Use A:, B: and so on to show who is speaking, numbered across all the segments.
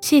A: 谢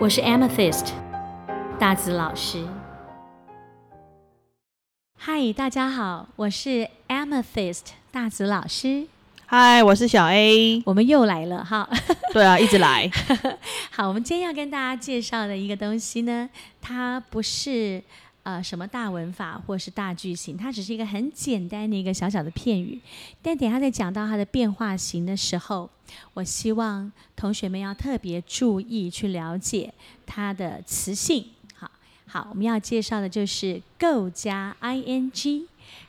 A: 我是 Amethyst 大紫老师。嗨，大家好，我是 Amethyst 大紫老师，
B: 嗨，我是小 A。
A: 我们又来了哈。
B: 对啊，一直来。
A: 好，我们今天要跟大家介绍的一个东西呢，它不是呃什么大文法或是大句型，它只是一个很简单的一个小小的片语。但等一下在讲到它的变化型的时候，我希望同学们要特别注意去了解它的词性。好，好，我们要介绍的就是 go 加 ing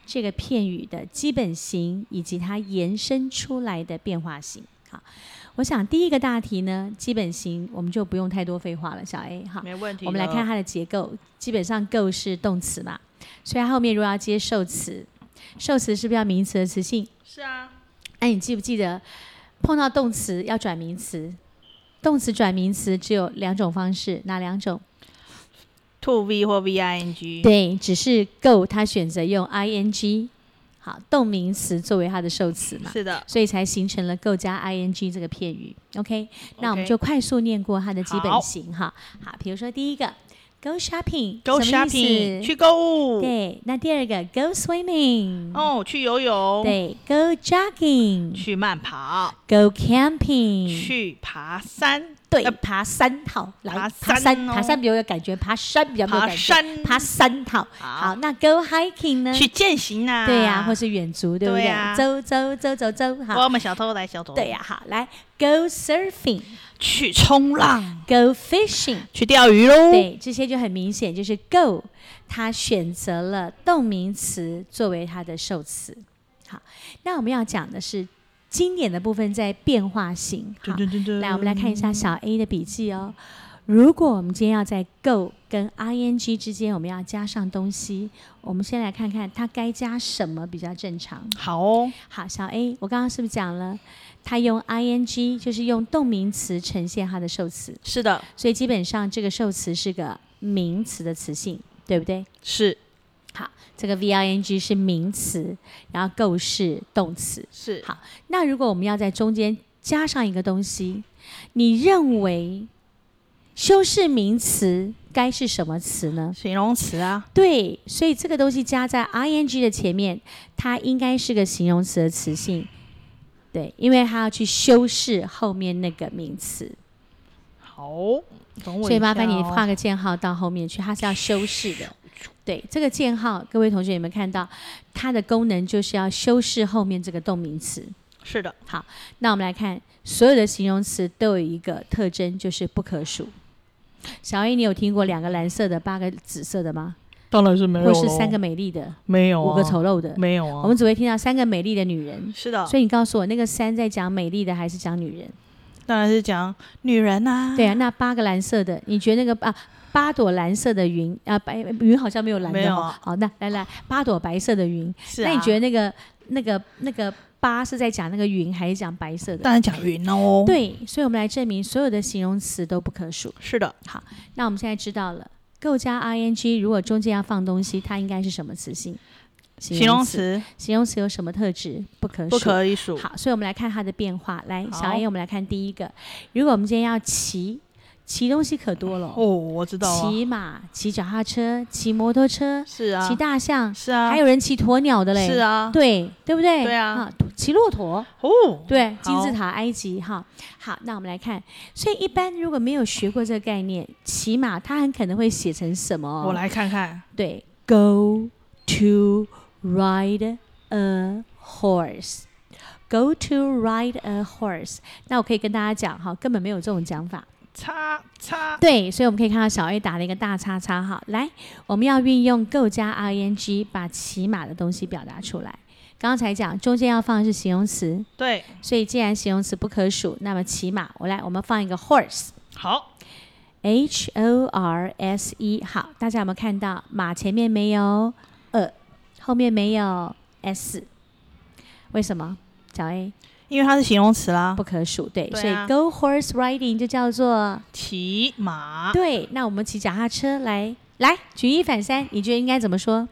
A: 这个片语的基本型以及它延伸出来的变化型。好。我想第一个大题呢，基本型我们就不用太多废话了，小 A 哈。
B: 没问题。
A: 我们来看，它的结构，基本上 go 是动词嘛，所以它后面如果要接受词，受词是不是要名词的词性？
B: 是啊，
A: 哎、你记不记得碰到动词要转名词？动词转名词只有两种方式，哪两种？
B: to v 或 v i n g。
A: 对，只是 go 它选择用 ing，好，动名词作为它的受词嘛，
B: 是的，
A: 所以才形成了 go 加 ing 这个片语。OK，那我们
B: OK
A: 就快速念过它的基本
B: 好
A: 型哈。好，比如说第一个 go shopping，go
B: go shopping 去购物，
A: 对，那第二个 go swimming，、
B: 嗯哦，去游泳，
A: 对，go jogging，go
B: 去慢跑，
A: camping，
B: 去爬山，
A: 嗯对，
B: 呃
A: 爬山好，来
B: 爬
A: 爬
B: 山
A: 山，
B: 哦
A: 爬山比较有感觉，爬山比较没有
B: 爬
A: 感觉，
B: 山，
A: 爬山好，
B: 好
A: 好，那 go hiking 呢？
B: 去践行啊。
A: 对呀、或是远足，对不
B: 对啊哦
A: 对？走
B: 呀
A: 走走走走，好，
B: 我们小偷来小偷，
A: 对呀、好，来 go surfing，go
B: 去冲浪，
A: fishing，
B: 去钓鱼喽。
A: 对，这些就很明显，就是 go，它选择了动名词作为它的受词。好，那我们要讲的是经典的部分在变化型。好
B: 噔，噔噔噔，
A: 来我们来看一下小 A 的笔记哦。如果我们今天要在 go 跟 ing 之间，我们要加上东西，我们先来看看它该加什么比较正常。
B: 好哦，
A: 好，小 A，我刚刚是不是讲了，它用 ing 就是用动名词呈现它的受词，
B: 是的，
A: 所以基本上这个受词是个名词的词性，对不对？
B: 是
A: 好，这个 v i n g 是名词，然后 go 是动词。
B: 是
A: 好，那如果我们要在中间加上一个东西，你认为修饰名词该是什么词呢？
B: 形容词啊，
A: 对，所以这个东西加在 ing 的前面，它应该是个形容词的词性。对，因为它要去修饰后面那个名词，
B: 好哦，等我一下哦
A: 所以麻烦你画个箭号到后面去，它是要修饰
C: 哦
A: 的。对，这个箭号，各位同学有没有看到？它的功能就是要修饰后面这个动名词。
B: 是的，
A: 那我们来看，所有的形容词都有一个特征，就是不可数。小 A，你有听过两个蓝色的，八个紫色的吗？
C: 当然是没有
A: 或
C: 咯，
A: 是三个美丽的，
C: 没有、啊，
A: 五个丑陋的？
C: 没有哦
A: 我
C: 啊，
A: 们只会听到三个美丽的女人。
B: 是的，
A: 所以你告诉我，那个三在讲美丽的还是讲女人？
B: 当然是讲女人呐、
A: 对啊，那八个蓝色的，你觉得那个啊八朵蓝色的云啊，白云好像没有蓝的、哦，
B: 没有啊
A: 好，那来来八朵白色的云，
B: 是啊，
A: 那你觉得那个那个那个八是在讲那个云还是讲白色的？
B: 当然讲云哦，，
A: 对，所以我们来证明所有的形容词都不可数。
B: 是的，
A: 那我们现在知道了，构加 ing 如果中间要放东西，它应该是什么词性？
B: 形容，词
A: 形容词有什么特质？不可数。
B: 不可以数，
A: 好，所以我们来看它的变化。来，
B: 好
A: 小 A，我们来看第一个。如果我们今天要骑，骑东西可多了哦
B: 哦，我知道啊，
A: 骑马、骑脚踏车、骑摩托车、
B: 是啊
A: 骑，大象，
B: 是啊，
A: 还有人骑鸵鸟的嘞。
B: 是，啊，
A: 对对不对？
B: 对啊，
A: 骑骆驼，
B: 哦，
A: 对，
B: 好
A: 金字塔、埃及哈。好，那我们来看，所以一般如果没有学过这个概念，骑马它很可能会写成什么哦？
B: 我来看看，
A: 对，go to ride a horse。Go to ride a horse，那我可以跟大家讲哈，根本没有这种讲法。
B: 叉叉，
A: 对，所以我们可以看到小 A 打了一个大叉叉哈。来，我们要运用 go 加 ing 把骑马的东西表达出来。刚才讲中间要放的是形容词，
B: 对，
A: 所以既然形容词不可数，那么骑马，我来我们放一个 horse。哎
B: 好，
A: H O R S E。好，大家有没有看到马前面没有呃，后面没有 s？为什么？小 A
B: 因为它是形容词啦
A: 不，可数，对，
B: 对
A: 所以
B: 啊
A: go horse riding 就叫做
B: 骑马，
A: 对。那我们骑脚踏车来来举一反三，你觉得应该怎么说？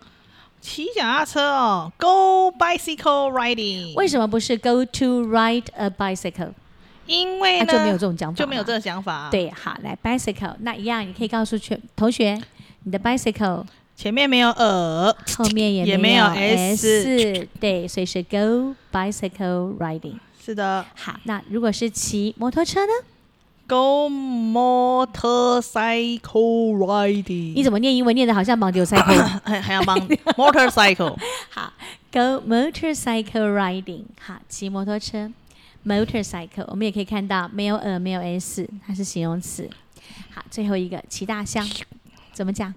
B: 骑脚踏车哦，Go bicycle riding，
A: 为什么不是 go to ride a bicycle？
B: 因为
A: 那、
B: 呢
A: 就没有这种讲法嘛，
B: 就没有这个想法，，
A: 对。好，来 bicycle，那一样，你可以告诉全同学，你的 bicycle
B: 前面没有呃耳，
A: 后面也
B: 也
A: 没
B: 没
A: 有
B: 有
A: S，对，所以是 Go bicycle riding。
B: 是的
A: 好，那如果是骑摩托车呢？
B: ，Go motorcycle riding，
A: 你怎么念英文念的好像 motorcycle？
B: 还还要 帮 motorcycle
A: 好，Go motorcycle riding。好，骑摩托车，motorcycle。我们也可以看到没有 a 没有 s，它是形容词。好，最后一个骑大象，怎么讲？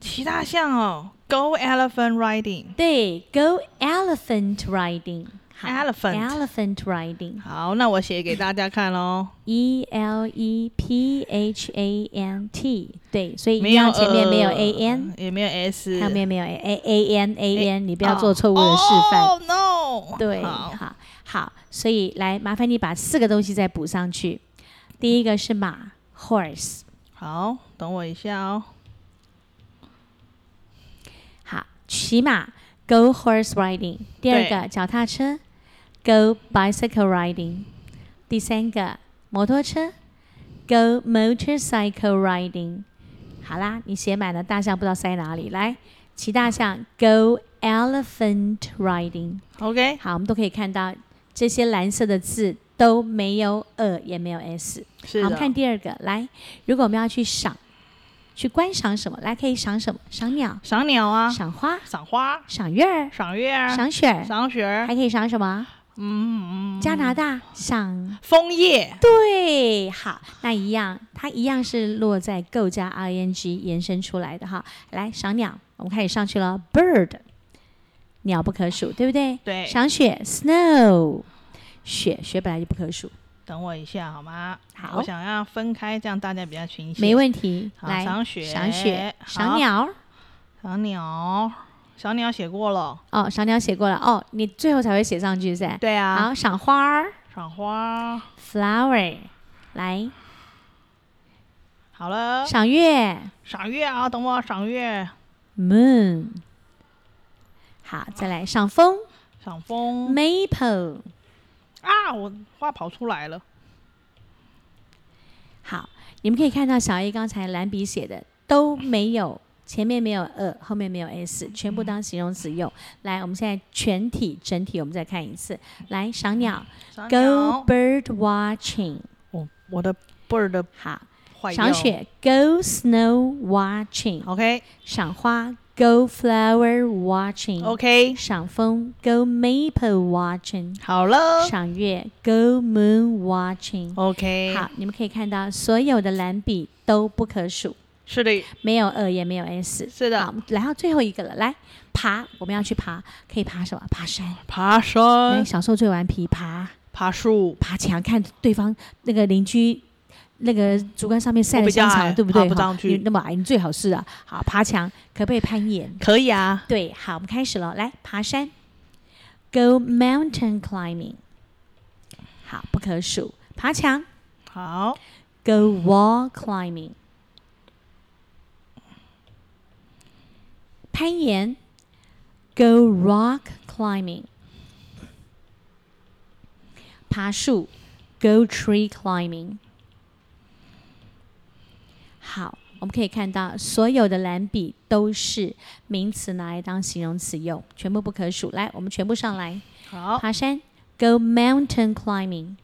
B: 骑大象哦，Go elephant riding。
A: 对，Go elephant riding 好。
B: Elephant
A: elephant riding。
B: 好，那我写给大家看喽。
A: E L E P H A N T，对，所以 一
B: 没有
A: 样前面没有
B: 呃
A: A N，
B: 也没有 S，
A: 后面没有 A A A N A N，你不
B: 不
A: 要做错误的示范。
B: 哦，no，
A: 对，
B: 好
A: 好，好，所以来麻烦你把四个东西再补上去。第一个是马 （horse），
B: 好，等我一下哦。
A: 好，骑马 （go horse riding）。第二个脚踏车 （go bicycle riding）。第三个摩托车 （go motorcycle riding）。好啦，你写满了，大象不知道塞哪里。来，骑大象 （go elephant riding）。
B: OK，
A: 好，我们都可以看到这些蓝色的字都没有 a 也没有 s。
B: 是
A: 好，我
B: 的。
A: 们看第二个。来，如果我们要去赏，去观赏什么？来，可以赏什么？赏鸟、
B: 赏鸟啊，
A: 赏花、
B: 赏花，
A: 赏月儿、
B: 赏月啊，
A: 赏雪儿，
B: 赏雪儿，
A: 还可以赏什么？
B: 嗯，
A: 加拿大赏。
B: 枫叶，
A: 对，好，那一样，它一样是落在 go 加 ing 延伸出来的哈。来，赏鸟，我们开始上去了，bird，鸟不可数，对不对？
B: 对
A: 赏雪，snow，雪雪本来就不可数，
B: 等我一下好吗？
A: 好
B: 我想要分开，这样大家比较清晰。
A: 没问题。
B: 好
A: 来，
B: 赏雪
A: 赏雪，
B: 好
A: 赏鸟。
B: 赏鸟，赏鸟写过了。
A: 哦，赏鸟写过了哦，你最后才会写上去噻。
B: 对啊，
A: 好，赏花儿
B: 赏花，
A: ，flower，来
B: 好了，
A: 赏月
B: 赏月啊，等我赏月，
A: ，moon，好，再来赏枫
B: 赏枫
A: ，maple，
B: 啊，我话跑出来了。
A: 好，你们可以看到小 A 刚才蓝笔写的都没有，前面没有呃，后面没有 s，全部当形容词用。
B: 嗯
A: 来，我们现在全体整体我们再看一次，来赏鸟
B: 嗯赏
A: ，go
B: 鸟，
A: bird watching，
B: 我我的 bird
A: 好，
B: 坏掉
A: 赏
B: 了
A: 雪，go snow watching。
B: ，OK，
A: 赏花 Go flower watching，、
B: OK，
A: 赏枫；Go maple watching，
B: 好了
A: 赏月；Go moon watching。
B: ，OK，
A: 好，你们可以看到所有的蓝笔都不可数，
B: 是的，
A: 没有二也没有 s。
B: 是的
A: 好，然后最后一个了，来爬，我们要去爬，可以爬什么？爬山。
B: 爬
A: 来，
B: 山、
A: 小时候最顽皮，爬
B: 爬树，
A: 爬墙，看对方那个邻居那个竹竿上面晒
B: 我
A: 的
B: 比较
A: 香肠，
B: 矮
A: 对不嗯
B: 爬
A: 对？
B: 不
A: 哈
B: 上去
A: 你那么矮，你最好是啊，好爬墙，可不可以攀岩？
B: 可以啊。
A: 对，好，我们开始了，来爬山，Go mountain climbing，好，不可数，爬墙
B: 好，
A: ，Go wall climbing，攀岩，Go rock climbing，爬树，Go tree climbing。好，我们可以看到所有的蓝笔都是名词拿来当形容词用，全部不可数。来，我们全部上来。
B: 好，
A: 爬山，Go mountain climbing。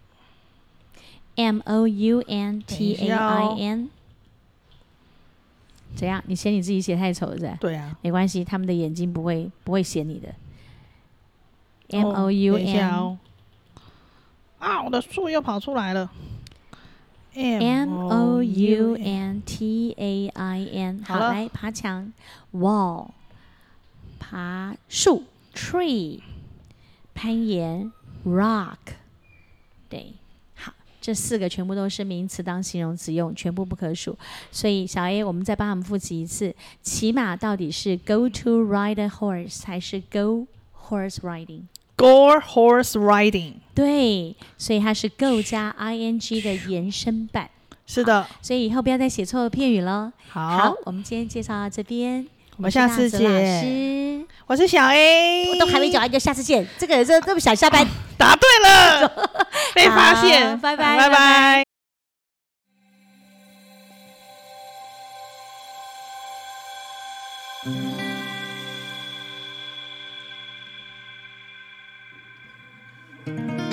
A: M O U N T A I
B: 等一
A: N。怎样？你嫌你自己写太丑了是吧？
B: 对啊。
A: 没关系，他们的眼睛不会不会嫌你的。M
B: 哦
A: O U
B: 等一
A: N
B: 下哦啊，我的树又跑出来了。
A: M O U N T A I N。好，
B: 好了
A: 来爬墙，wall，爬树，tree，攀岩，rock，对，好，这四个全部都是名词当形容词用，全部不可数。所以小 A，我们再帮他们复习一次，骑马到底是 go to ride a horse 还是 go horse riding？
B: Gore horse riding，
A: 对，所以它是 go 加 ing 的延伸版。
B: 是的，
A: 所以以后不要再写错片语了。
B: 好，
A: 我们今天介绍到这边，
B: 我们下次
A: 是大泽老
B: 见。
A: 师，
B: 我是小 A，
A: 我都还没讲完就下次见，这个人这这么想下班。
B: 答对了， 被发
A: 好
B: 现，
A: 拜拜
B: 拜
A: 拜拜
B: 拜。
C: Thank